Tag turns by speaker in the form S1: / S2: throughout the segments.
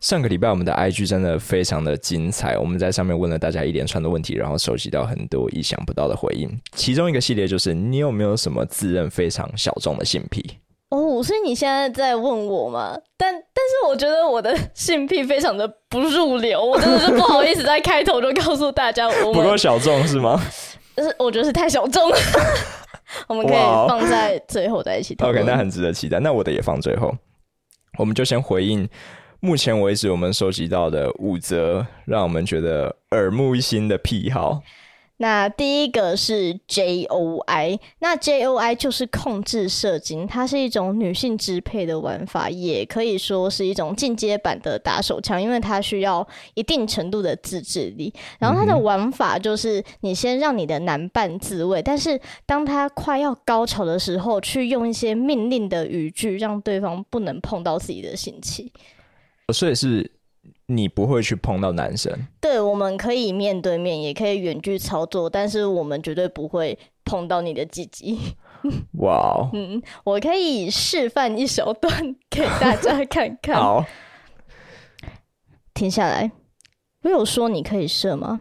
S1: 上个礼拜我们的 IG 真的非常的精彩，我们在上面问了大家一连串的问题，然后收集到很多意想不到的回应。其中一个系列就是你有没有什么自认非常小众的性癖？
S2: 哦，所以你现在在问我嘛？但但是我觉得我的性癖非常的不入流，我真的是不好意思在开头就告诉大家我
S1: 不够
S2: 们，
S1: 小众是 吗
S2: 就是我觉得是太小众了， 我们可以
S1: 哇哦
S2: 放在最后再一起讨论。
S1: 哦？OK，那很值得期待。那我的也放最后，我们就先回应目前为止我们收集到的五则让我们觉得耳目一新的癖好。
S2: 那第一个是 JOI，那 JOI 就是控制射精，它是一种女性支配的玩法，也可以说是一种进阶版的打手枪，因为它需要一定程度的自制力。然后它的玩法就是你先让你的男伴自慰，但是当他快要高潮的时候，去用一些命令的语句，让对方不能碰到自己的性器。
S1: 所以是你不会去碰到男生，
S2: 对，我们可以面对面，也可以远距操作，但是我们绝对不会碰到你的鸡鸡。
S1: 哇、哦
S2: 嗯，我可以示范一小段给大家看看。
S1: 好，
S2: 停下来，我有说你可以射吗？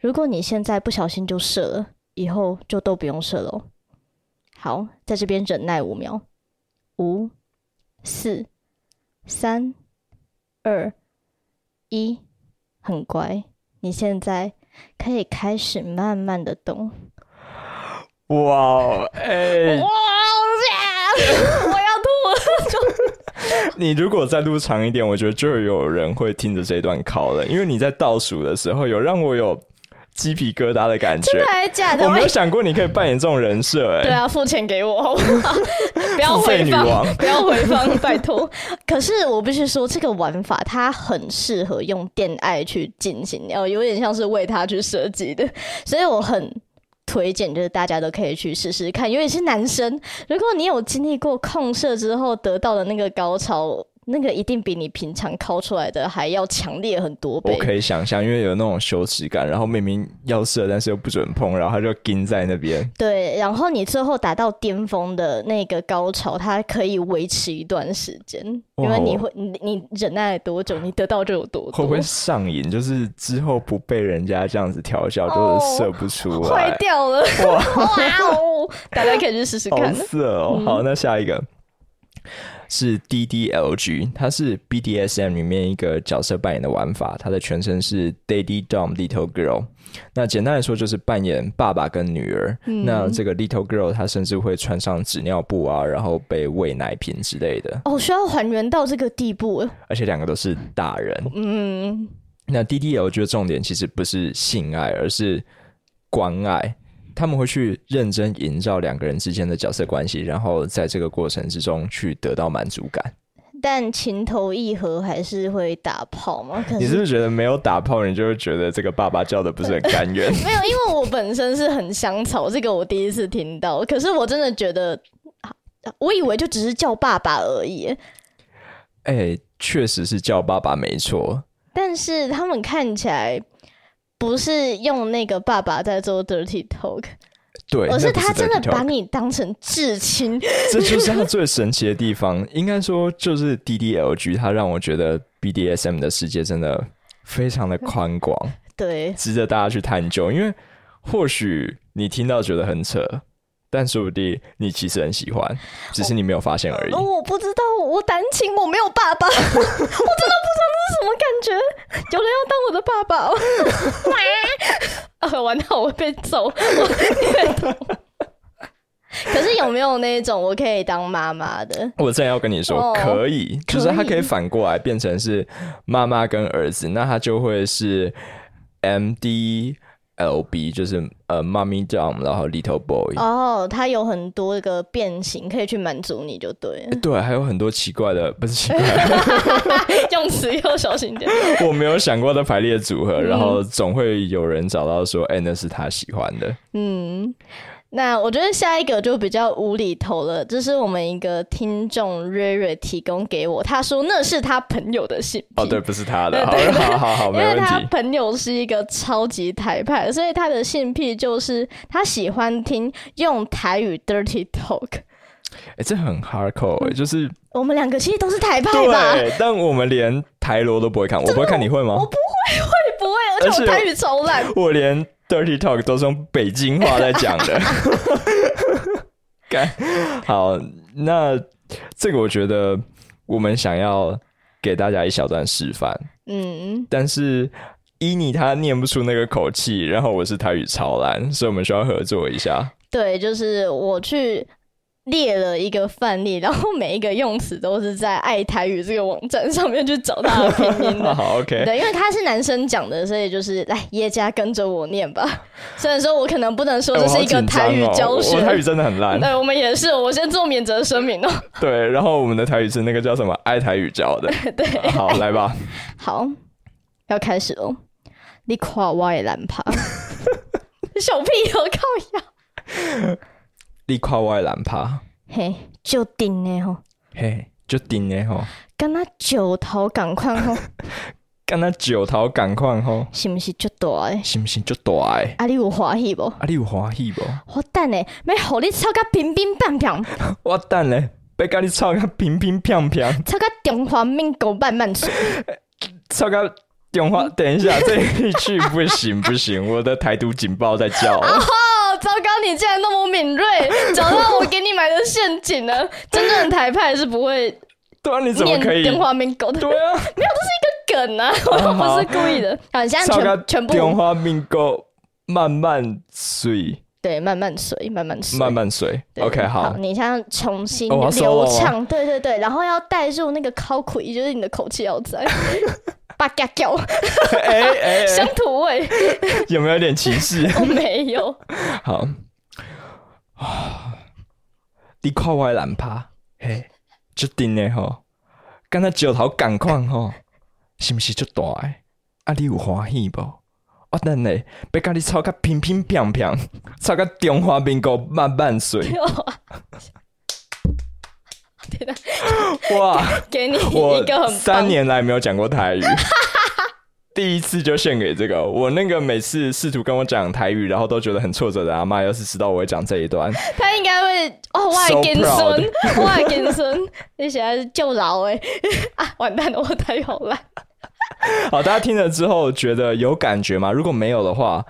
S2: 如果你现在不小心就射了，以后就都不用射了哦。好，在这边忍耐五秒，五、四、三、二、一，很乖，你现在可以开始慢慢的动。
S1: 哇哦，哎、
S2: 哇！ 我要吐了。
S1: 你如果再录长一点，我觉得就有人会听着这段考了，因为你在倒数的时候有让我有鸡皮疙瘩的感觉
S2: 真的。还是假的？
S1: 我没
S2: 我
S1: 有想过你可以扮演这种人设、
S2: 对
S1: 哎、
S2: 啊，付钱给我好不 好？不要
S1: 付费
S2: 回
S1: 女
S2: 放，
S1: 王
S2: 不要回放，拜托。可是我必须说，这个玩法它很适合用恋爱去进行，哦，有点像是为它去设计的， 所以我很。推荐就是大家都可以去试试看，尤其是男生，如果你有经历过控射之后得到的那个高潮，那个一定比你平常抠出来的还要强烈很多倍。
S1: 我可以想象，因为有那种羞耻感，然后明明要射，但是又不准碰，然后他就盯在那 边。
S2: 对，然后你最后达到巅峰的那个高潮，它可以维持一段时间，
S1: 哇
S2: 因为你
S1: 我
S2: 会你你忍耐了多久，你得到就有多多。
S1: 会不会上瘾？就是之后不被人家这样子调笑，
S2: 哦
S1: 就是射不出
S2: 坏
S1: 来。
S2: 掉了？
S1: 哇，
S2: 哇哦！大家可以去试试
S1: 好
S2: 看。
S1: 色哦。好，那下一个是 DDLG，它是 BDSM 里面一个角色扮演的玩法，它的全称是 Daddy Dom Little Girl。那简单来说就是扮演爸爸跟女儿。那这个 Little Girl 她甚至会穿上纸尿布啊，然后被喂奶瓶之类的，
S2: 哦，需要还原到这个地步欸。
S1: 而且两个都是大人。
S2: 嗯，
S1: 那 DDLG 的重点其实不是性爱，而是关爱。他们会去认真营造两个人之间的角色关系，然后在这个过程之中去得到满足感。
S2: 但情投意合还是会打炮吗？可
S1: 你是不是觉得没有打炮，你就会觉得这个爸爸叫的不是很甘愿？
S2: 没有，因为我本身是很香草，这个我第一次听到。可是我真的觉得，啊我以为就只是叫爸爸而已欸。
S1: 哎、确实是叫爸爸没错。
S2: 但是他们看起来不是用那个爸爸在做 dirty talk，
S1: 对，
S2: 而
S1: 那
S2: 哦是
S1: 不
S2: 他真的
S1: dirty talk
S2: 把你当成至亲。
S1: 这就是他最神奇的地方。应该说，就是 DDLG，它让我觉得 BDSM 的世界真的非常的宽广。
S2: 对，
S1: 值得大家去探究，因为或许你听到觉得很扯，但说不定你其实很喜欢，只是你没有发现而已。
S2: 哦，我不知道，我单亲，我没有 爸爸，我真的不知道这是什么感觉。有人要当我的爸爸 哦， 啊，完蛋，我会被揍。 我越懂可是有没有那种我可以当妈妈的？
S1: 我正要跟你说，
S2: 哦
S1: 可以，就是它
S2: 可以
S1: 可以反过来变成是妈妈跟儿子，那它就会是 M D L B，就是呃，Mommy Dom，然后 Little Boy。
S2: 哦，他有很多个变形，可以去满足你就对 了。
S1: 对，还有很多奇怪的，不是奇怪，
S2: 用词要小心点。
S1: 我没有想过的排列组合，然后总会有人找到说，哎、那是他喜欢的。
S2: 嗯，那我觉得下一个就比较无厘头了，这是我们一个听众瑞瑞提供给我，他说那是他朋友的性癖。
S1: 哦，对，不是他的，好
S2: 对对
S1: 好好好，
S2: 因
S1: 没
S2: 为
S1: 问题。
S2: 他朋友是一个超级台派，所以他的性癖就是他喜欢听用台语 dirty talk。嗯
S1: 哎、这很 hardcore，、欸、就是
S2: 我们两个其实都是台派吧？
S1: 对，但我们连台罗都不会看，我不会看，你会吗？
S2: 我不 不会，而且我台语超烂。
S1: 我连 dirty talk 都是用北京话在讲 的。干好，那这个我觉得我们想要给大家一小段示范，
S2: 嗯，
S1: 但是伊妮她念不出那个口气，然后我是台语超烂，所以我们需要合作一 下。
S2: 对，就是我去列了一个范例，然后每一个用词都是在爱台语这个网站上面去找它的拼音的。
S1: 好，OK，
S2: 对，因为他是男生讲的，所以就是来耶加跟着我念吧。 虽然说我可能不能说
S1: 哎
S2: 这
S1: 我
S2: 是
S1: 好
S2: 一个
S1: 紧张
S2: 台语
S1: 哦
S2: 教
S1: 我
S2: 学，
S1: 我台语真的很烂。
S2: 对我们也是，我先做免责声 明哦。
S1: 对，然后我们的台语是那个叫 什么爱台语教的。
S2: 对，
S1: 好，来吧，
S2: 好，要开始喽。你夸我也懒 趴，小屁哦，靠呀！
S1: 你夸我的懒趴，
S2: 嘿，就顶的吼，
S1: 嘿，就顶的吼，
S2: 跟那九头赶快吼，
S1: 干那九头赶快吼，
S2: 是不是就大诶？
S1: 是不是就大诶？
S2: 啊，你有欢喜无？
S1: 啊，你有欢喜无？
S2: 我等下要互你吵甲乒乒乓乓，
S1: 我等咧，要甲你吵甲乒乒乓乓，
S2: 吵甲中华民国慢慢水。
S1: 吵甲电 话。等一下，这一句不行不行，我的台独警报在叫。
S2: 哦，糟糕，你竟然那么 敏锐，找到我给你埋的陷阱了。真正的台派是不会
S1: 对啊，你怎么
S2: 念
S1: 可以？
S2: 中华民国的
S1: 对啊，
S2: 梗啊，我又不是故意的。好，你现在
S1: 吵甲
S2: 全全
S1: 电
S2: 部
S1: 话民国慢慢水，
S2: 对，慢慢水，慢慢水。
S1: 慢慢水。
S2: 对
S1: OK，好，
S2: 你现在重新
S1: 哦我要 solo
S2: 流
S1: 吗
S2: 畅，对对对，然后要带入那个考苦，也就是你的口气要 在，八嘎叫
S1: 哎哎，哎
S2: 乡土味，
S1: 有没有点歧 视？
S2: 我没有。
S1: 好，啊，你看我的懒趴，嘿，就定的吼，敢若石头共款吼，是毋是就大诶？啊，你有欢喜无？我等下要甲你吵甲乒乒乓乓，吵甲中华民国万万岁！
S2: 啊天哪，
S1: 哇，
S2: 给你一
S1: 我
S2: 个很
S1: 三
S2: 棒。
S1: 年来没有讲过台语。第一次就献给这个，我那个每次试图跟我讲台语，然后都觉得很挫折的阿妈，要是知道我会讲这一段，
S2: 他应该会哦，我
S1: So
S2: 的金
S1: proud
S2: 孙， 我的金孙，你现在是救老哎 啊！完蛋了，我太好烂。
S1: 好，大家听了之后觉得有感觉吗？如果没有的话，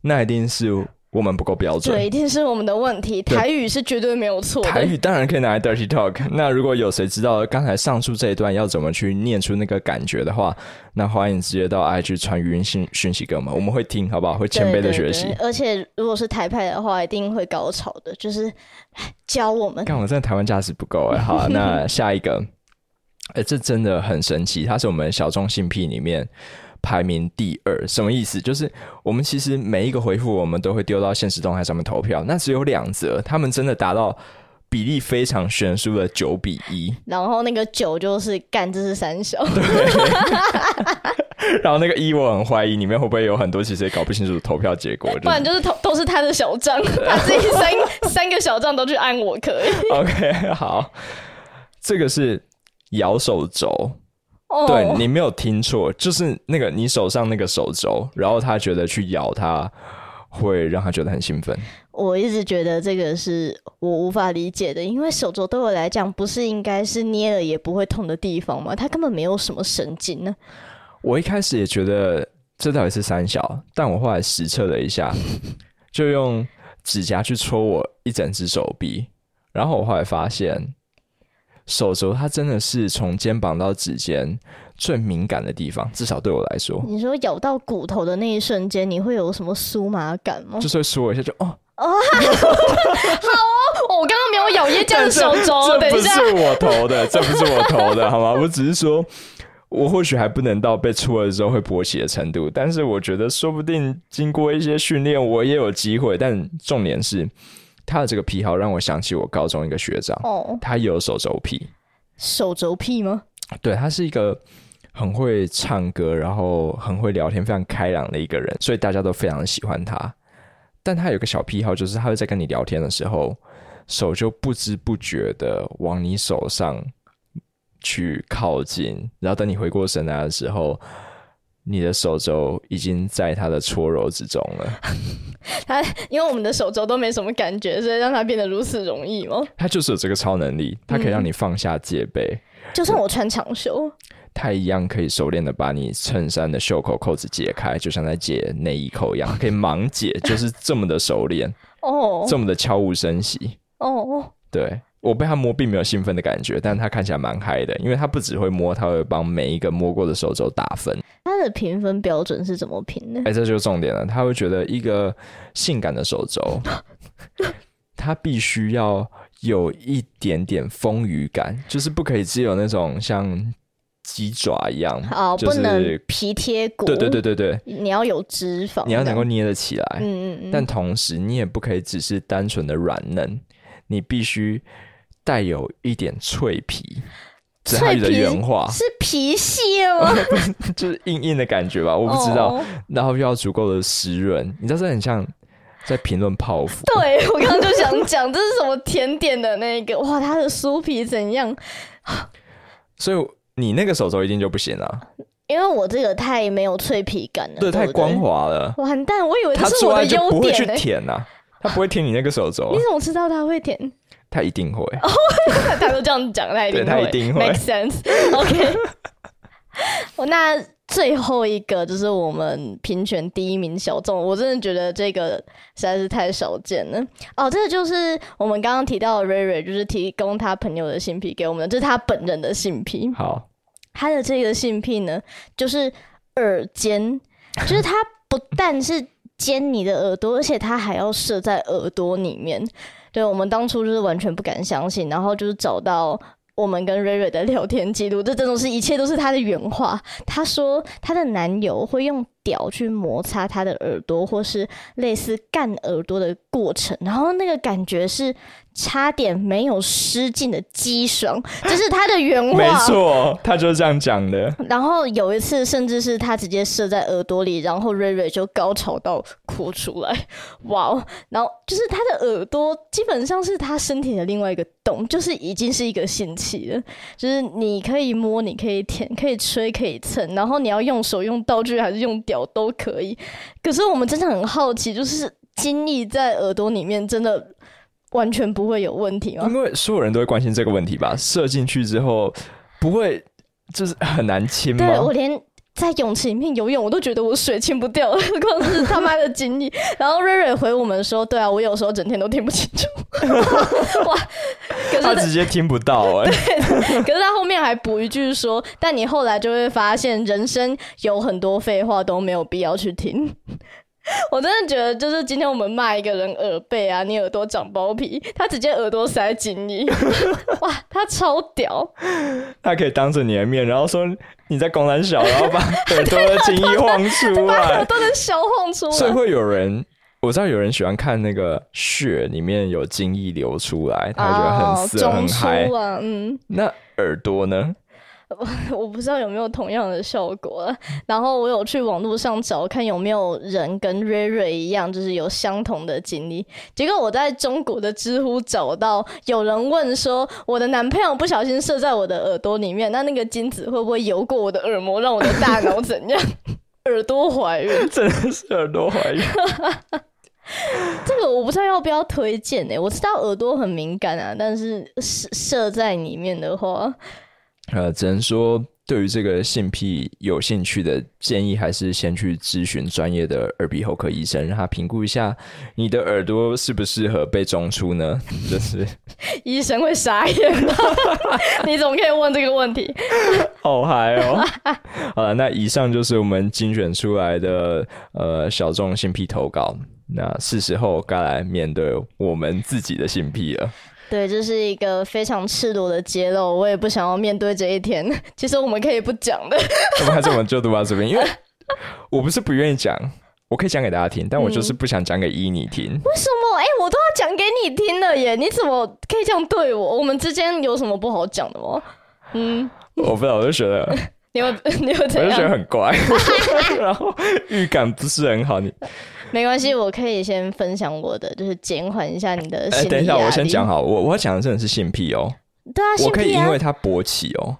S1: 那一定是我们不够标
S2: 这
S1: 准。
S2: 一定是我们的问题，
S1: 对
S2: 台语是绝对没有错
S1: 台
S2: 的。
S1: 语当然可以拿来 dirty talk。那 如果有谁知道刚才上述这一段要怎么去念出那个感觉的话，那欢迎直接到 IG 传语音信讯息给我们，我们会听，好不好？会谦卑的学习
S2: 对对。对而且如果是台派的话，一定会高潮的，就是唉教 我们。
S1: 看我真的台湾价值不够哎、好啊、 那下一个，哎、这真的很神奇，它是我们小众性癖里面排名第二，什么意思？就是我们其实每一个回复我们都会丢到现实动态上面投票，那只有两则，他们真的达到比例非常悬殊的九比一，
S2: 然后那个酒就是干，这是三小，
S1: 然后那个一我很怀疑里面会不会有很多其实也搞不清楚投票结果，
S2: 不然就是都都是他的小账，他自己三三个小账都去按我可以。
S1: OK 好，这个是摇手轴。
S2: 哦，
S1: 对你没有听错，就是那个你手上那个手肘，然后他觉得去咬它会让他觉得很兴奋。
S2: 我一直觉得这个是我无法理解的，因为手肘对我来讲不是应该是捏了也不会痛的地方吗？它根本没有什么神经呢、
S1: 我一开始也觉得这到底是三小，但我后来实测了一下， 就用指甲去戳我一整只手臂，然后我后来发现。手肘它真的是从肩膀到指尖最敏感的地方，至少对我来说，
S2: 你说咬到骨头的那一瞬间，你会有什么酥麻感吗？
S1: 就是会说一下就哦，
S2: 哦，我刚刚没有咬叶家的手肘，
S1: 这
S2: 等
S1: 不
S2: 一下，
S1: 是我投的， 这不是我投的，好吗？我只是说，我或许还不能到被出了之后会勃起的程度，但是我觉得说不定经过一些训练，我也有机会。但重点是，他的这个癖好让我想起我高中一个学长，
S2: 哦，
S1: 他也有手肘癖，
S2: 手肘屁吗？
S1: 对他是一个。很会唱歌，然后很会聊天，非常开朗的一个人，所以大家都非常喜欢他。但他有个小癖好，就是他会在跟你聊天的时候，手就不知不觉的往你手上去靠近，然后等你回过神来的时候，你的手肘已经在他的搓揉之中了。
S2: 它因为我们的手肘都没什么感觉，所以让它变得如此容易吗？
S1: 他就是有这个超能力，他可以让你放下戒备。
S2: 就算我穿长袖，
S1: 它一样可以熟练的把你衬衫的袖口扣子解开，就像在解内衣扣一样，可以盲解，就是这么的熟练，
S2: 哦
S1: 这么的悄无声息。
S2: 哦
S1: 对我被他摸，并没有兴奋的感觉，但他看起来蛮嗨的，因为他不只会摸，他会帮每一个摸过的手肘打分。
S2: 它的评分标准是怎么评的？
S1: 哎、这就是重点了。他会觉得一个性感的手肘，他必须要有一点点风雨感，就是不可以只有那种像鸡爪一样，
S2: 哦，
S1: 就
S2: 不能
S1: 是
S2: 皮贴骨，
S1: 对对对，对对，
S2: 你要有脂肪，
S1: 你要能够，捏得起来，
S2: 嗯嗯嗯，
S1: 但同时你也不可以只是单纯的软嫩，你必须带有一点脆皮。这是他
S2: 脆
S1: 的
S2: 皮
S1: 原 话，
S2: 是皮屑吗？
S1: 就是硬硬的感觉吧，我不知道。
S2: 哦
S1: 然后又要足够的湿润，你知道这很像在评论泡芙。
S2: 对我刚刚就想讲，这是什么甜点的那个？哇，它的酥皮怎样？
S1: 所以你那个手肘一定就不行了，
S2: 因为我这个太没有脆皮感了，对，
S1: 太光。滑了，
S2: 完蛋，我以为这
S1: 他
S2: 是
S1: 做
S2: 我的
S1: 爱就
S2: 优
S1: 不会
S2: 点
S1: 去
S2: 呢、
S1: 舔呐、他不会舔你那个手肘啊
S2: 你，哦怎么知道它会甜？
S1: 他一定会。
S2: 他都这样讲，他一定
S1: 对他一定会
S2: make sense。OK，我那最后一个就是我们评选第一名小众，我真的觉得这个实在是太少见了。哦，这个就是我们刚刚提到的瑞瑞，就是提供他朋友的性癖给我们的，这、是他本人的性癖。
S1: 好，
S2: 他的这个性癖呢，就是耳 尖，就是他不但是尖你的耳朵，而且他还要射在耳朵里面。对我们当初就是完全不敢相信，然后就是找到。我们跟瑞瑞的聊天记录，这真的是一切都是他的原话。他说他的男友会用屌去摩擦他的耳朵，或是类似干耳朵的过程，然后那个感觉是差点没有失禁的激爽，这是他的原话。
S1: 没错，他就是这样讲的。
S2: 然后有一次，甚至是他直接射在耳朵里，然后瑞瑞就高潮到哭出来，哇哦！然后就是他的耳朵基本上是他身体的另外一个洞，就是已经是一个性器了，就是你可以摸，你可以舔，可以吹，可以蹭，然后你要用手、用道具还是用屌都可以。可是我们真的很好奇，就是精液在耳朵里面真的完全不会有问题吗？
S1: 因为所有人都会关心这个问题吧？射进去之后不会就是很难亲吗
S2: 对？我连在泳池里面游泳，我都觉得我水清不掉了， 何况是他妈的经历。然后瑞瑞回我们说：“对啊，我有时候整天都听不清楚。哇”可
S1: 他
S2: 是
S1: 直接听不到哎、
S2: 可是他后面还补一句说：“但你后来就会发现，人生有很多废话都没有必要去听。” 我真的觉得，就是今天我们骂一个人耳背啊，你耳朵长包皮，他直接耳朵塞进你，哇，他超屌！
S1: 他可以当着你的面，然后说你在公然小，然后把耳朵的精液晃 出
S2: 把
S1: 来
S2: 耳，朵能消晃出来，
S1: 所以会有人，我知道有人喜欢看那个血里面有精液流出来，他会觉得很色、
S2: 哦、
S1: 很
S2: 中
S1: 嗨
S2: 枢。啊，嗯，
S1: 那耳朵呢？
S2: 我不知道有没有同样的效果啊。然后我有去网络上找看有没有人跟瑞瑞一样，就是有相同的经历。结果我在中国的知乎找到有人问说，我的男朋友不小心射在我的耳朵里面，那那个精子会不会游过我的耳膜，让我的大脑怎样？ 耳朵怀孕，
S1: 真的是耳朵怀孕。
S2: 这个我不知道要不要推荐诶、我知道耳朵很敏感啊，但是射射在里面的话，
S1: 呃，只能说对于这个性癖有兴趣的，建议还是先去咨询专业的耳鼻喉科医生，让他评估一下你的耳朵适不适合被中出呢？ 就是
S2: 医生会傻眼 吧？你怎么可以问这个问题？
S1: 好嗨哦！ 好了，那以上就是我们精选出来的呃小众性癖投稿。那是时候该来面对我们自己的性癖了。
S2: 对，这是一个非常赤裸的揭露，我也不想要面对这一天。其实我们可以不讲的，
S1: 我们还是我们就读到这边，因为我不是不愿意讲，我可以讲给大家听，但我就是不想讲给伊你听。
S2: 为什么？哎、我都要讲给你听了耶！你怎么可以这样对我？我们之间有什么不好讲的吗？嗯，
S1: 我不知道，我就觉得，
S2: 你有 你有
S1: 我
S2: 怎
S1: 就觉得
S2: 样？
S1: 很 怪，然后预感不是很好。
S2: 呃
S1: 你
S2: 没关系，我可以先分享我的，就是减缓一下你的
S1: 哎、
S2: 心理、压
S1: 等一下，
S2: 力
S1: 我先讲。好，我我要讲的真的是性癖哦，
S2: 对啊，
S1: 我
S2: 性
S1: 可以
S2: 癖
S1: 因
S2: 啊
S1: 为，它勃起哦，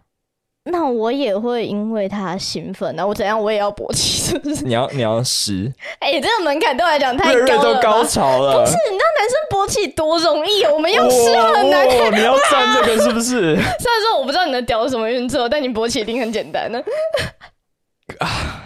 S2: 那我也会因为他兴奋啊！我怎样我也要勃起，是不是？
S1: 你要你要十，
S2: 哎、这个门槛对我来讲太
S1: 瑞
S2: 高了
S1: 瑞都
S2: 吧。
S1: 高潮了，
S2: 是，你知道男生勃起多容易哦，我们哦用湿
S1: 哇
S2: 很难看。
S1: 哇你要站这个是不是？
S2: 虽然说我不知道你的屌是什么运作，但你勃起一定很简单的。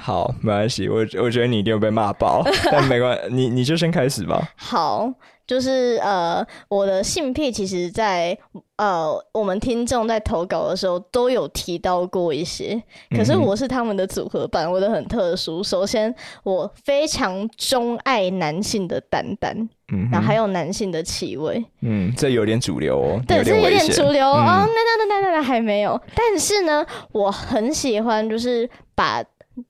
S1: 好，没关系，我我觉得你一定会被骂 爆，但没关你你就先开始吧。
S2: 好，就是呃，我的性癖其实在呃，我们听众在投稿的时候都有提到过一些，可是
S1: 嗯哼
S2: 我是他们的组合版，我的很特殊。首先，我非常钟爱男性的蛋蛋，
S1: 嗯哼，
S2: 然后还有男性的气味，
S1: 嗯，这有点主流哦，
S2: 对，这有
S1: 危
S2: 点
S1: 险。
S2: 主流
S1: 嗯
S2: 哦。那那那那那那还没有，但是呢，我很喜欢，就是把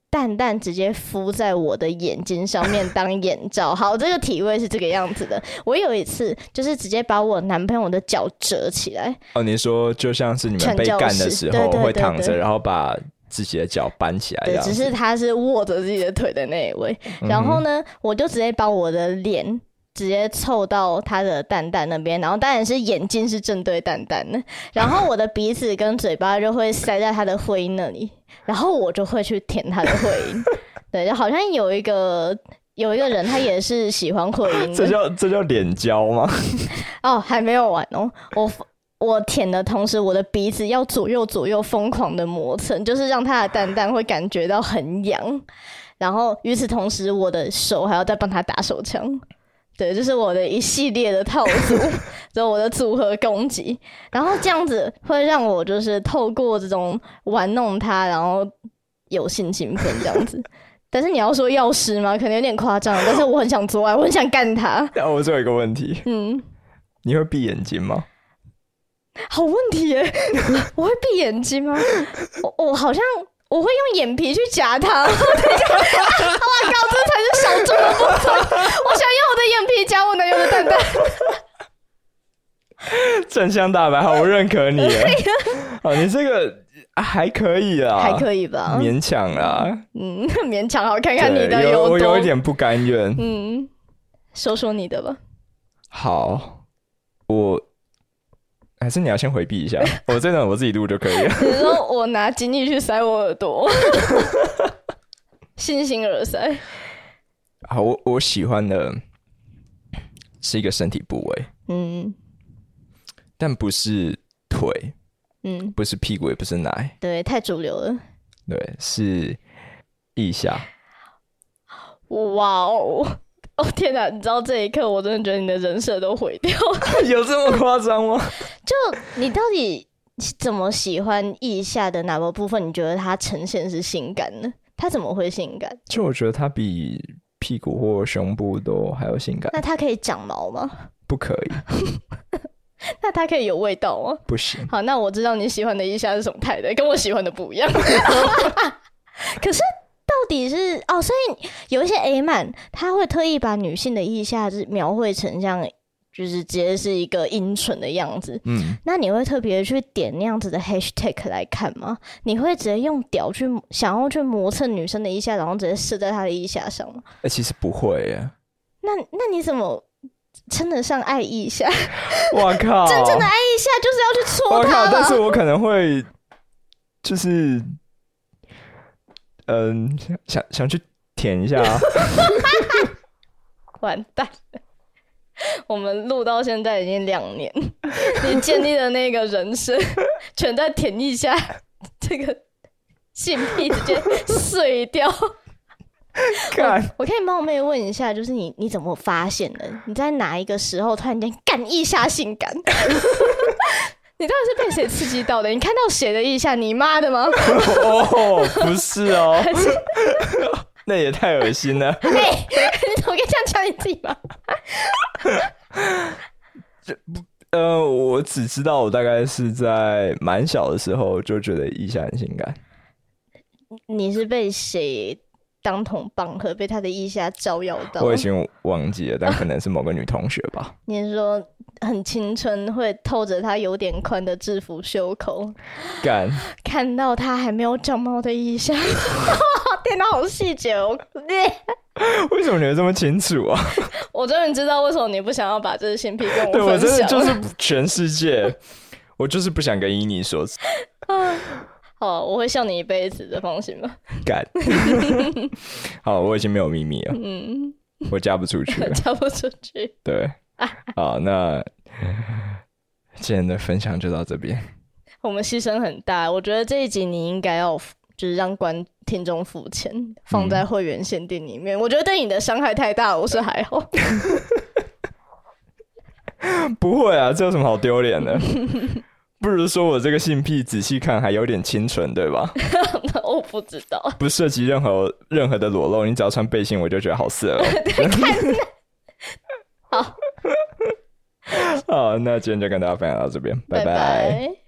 S2: 蛋蛋直接敷在我的眼睛 上面当眼罩。好，这个体位是这个样子的。我有一次就是直接把我男朋友的脚折起来，
S1: 哦，你说就像是你们
S2: 传
S1: 被
S2: 教
S1: 干的
S2: 士
S1: 时
S2: 对
S1: 候
S2: 对
S1: 会
S2: 对
S1: 躺着，
S2: 对
S1: 然后把自己的脚搬起来这
S2: 对，
S1: 样子，嗯
S2: 只是他是握着自己的腿的那一位。然后呢，我就直接把我的脸。直接凑到他的蛋蛋那边，然后当然是眼睛是正对蛋蛋的，然后我的鼻子跟嘴巴就会塞在他的会阴那里，然后我就会去舔他的会阴。 对，就好像有一个有一个人，他也是喜欢会阴
S1: 这
S2: 的。
S1: 叫这叫脸交吗？
S2: 哦，还没有完哦，我我舔的同时，我的鼻子要左右左右疯狂的磨蹭，就是让他的蛋蛋会感觉到很痒。然后与此同时，我的手还要再帮他打手枪。对，就是我的一系列的套组， 就我的组合攻击，然后这样子会让我就是透过这种玩弄他，然后有性兴奋这样子。 但是你要说药师吗？可能有点夸张，但是我很想做爱，我很想 干他。
S1: 然后我最后一个问题，
S2: 嗯，
S1: 你会闭眼睛吗？
S2: 好问题耶！我会闭眼睛吗？我我好像我会用眼皮去夹它。 等一下，哇靠，这才是小众的部分。我想用我的眼皮夹我男友的蛋蛋。
S1: 正向大白，好，我认可你了。 哦，你这个啊还可以啊，
S2: 还可以吧？
S1: 勉强啦。
S2: 嗯，勉强好，看看你
S1: 对
S2: 的
S1: 有我
S2: 多。
S1: 有一点不甘愿。
S2: 嗯，说说你的吧。
S1: 好，我还是你要先回避一 下，我这段我自己录就可以了。
S2: 你说我拿精力去塞我耳 朵， 信心耳塞。
S1: 好，我我喜欢的是一个身体部位，
S2: 嗯
S1: 但不是腿，
S2: 嗯，
S1: 不是屁股，也不是奶，
S2: 对，太主流了。
S1: 对，是腋下。
S2: 哇哦！ 哦天哪！你知道这一刻，我真的觉得你的人设都毁掉。
S1: 有这么夸张吗？
S2: 就 你到底怎么喜欢腋下的哪个部分？你觉得它呈现是性感呢？它怎么会性感？
S1: 就我觉得它比屁股或胸部都还要性感，
S2: 那它可以长毛吗？
S1: 不可 以，
S2: 那它可以有味道吗？
S1: 不行。
S2: 好，那我知道你喜欢的腋下是什么态的，跟我喜欢的不一样。 可是到底是哦，所以有一些 A 漫，他会特意把女性的腋下是描绘成像，就是直接是一个阴唇的样子。
S1: 嗯，
S2: 那你会特别去点那样子的 hashtag 来看吗？你会直接用屌去想要去磨蹭女生的腋下，然后直接射在她的腋下上吗？
S1: 哎、其实不会耶。
S2: 那那你怎么称得上爱腋下？腋
S1: 我靠，真正的爱，
S2: 下就是要
S1: 我
S2: 去戳
S1: 靠！
S2: 她
S1: 但是
S2: 嘛？
S1: 我可能会，就是，嗯，想想想去舔 一下、啊。
S2: 完蛋了！我们录到现在已经两 年，你建立的那个人生全在舔腋下，这个性癖直接碎掉。
S1: 看，
S2: 我可以冒昧问一下，就是你你怎么发现的？你在哪一个时候突然间干腋下性感？ 你到底是被谁刺激到的？你看到谁的腋下？你妈的吗？
S1: 哦，不是 哦，那也太恶心了。
S2: 哎、 你怎么可以这样讲你自己吗？
S1: 呃，我只知道我大概是在蛮小的时候就觉得腋下很性感。
S2: 你是被谁当头棒喝？被他的腋下照耀到？
S1: 我已经忘记了，但可能是某个女同学吧。
S2: 你是说很青春，会透着他有点宽的制服袖口，
S1: 干，
S2: 看到他还没有长毛的腋下。 天哪，好细节哦！
S1: 为什么你会这么清楚啊？
S2: 我终于知道为什么你不想要把这些性癖跟我
S1: 对我
S2: 分
S1: 真的
S2: 享。
S1: 就是全世界，我就是不想跟伊妮说。
S2: 好，我会笑你一辈子的，放心吧。
S1: 干。好，我已经没有秘密了，
S2: 嗯，。
S1: 我嫁不出去了
S2: 嫁不出去。
S1: 对，好，那今天的分享就到这边。
S2: 我们牺牲很大，我觉得这一集你应该要付就是让观听众付钱，放
S1: 嗯
S2: 在会员限定里面。我觉得对你的伤害太大了，我是还好。
S1: 不会啊，这有什么好丢脸 的？不如说我这个性癖仔细看还有点清纯，对吧？
S2: 我不知道，
S1: 不涉及任何任何的裸露，你只要穿背心我就觉得好 色哦。 好，那今天就跟大家分享到这边，拜拜
S2: 拜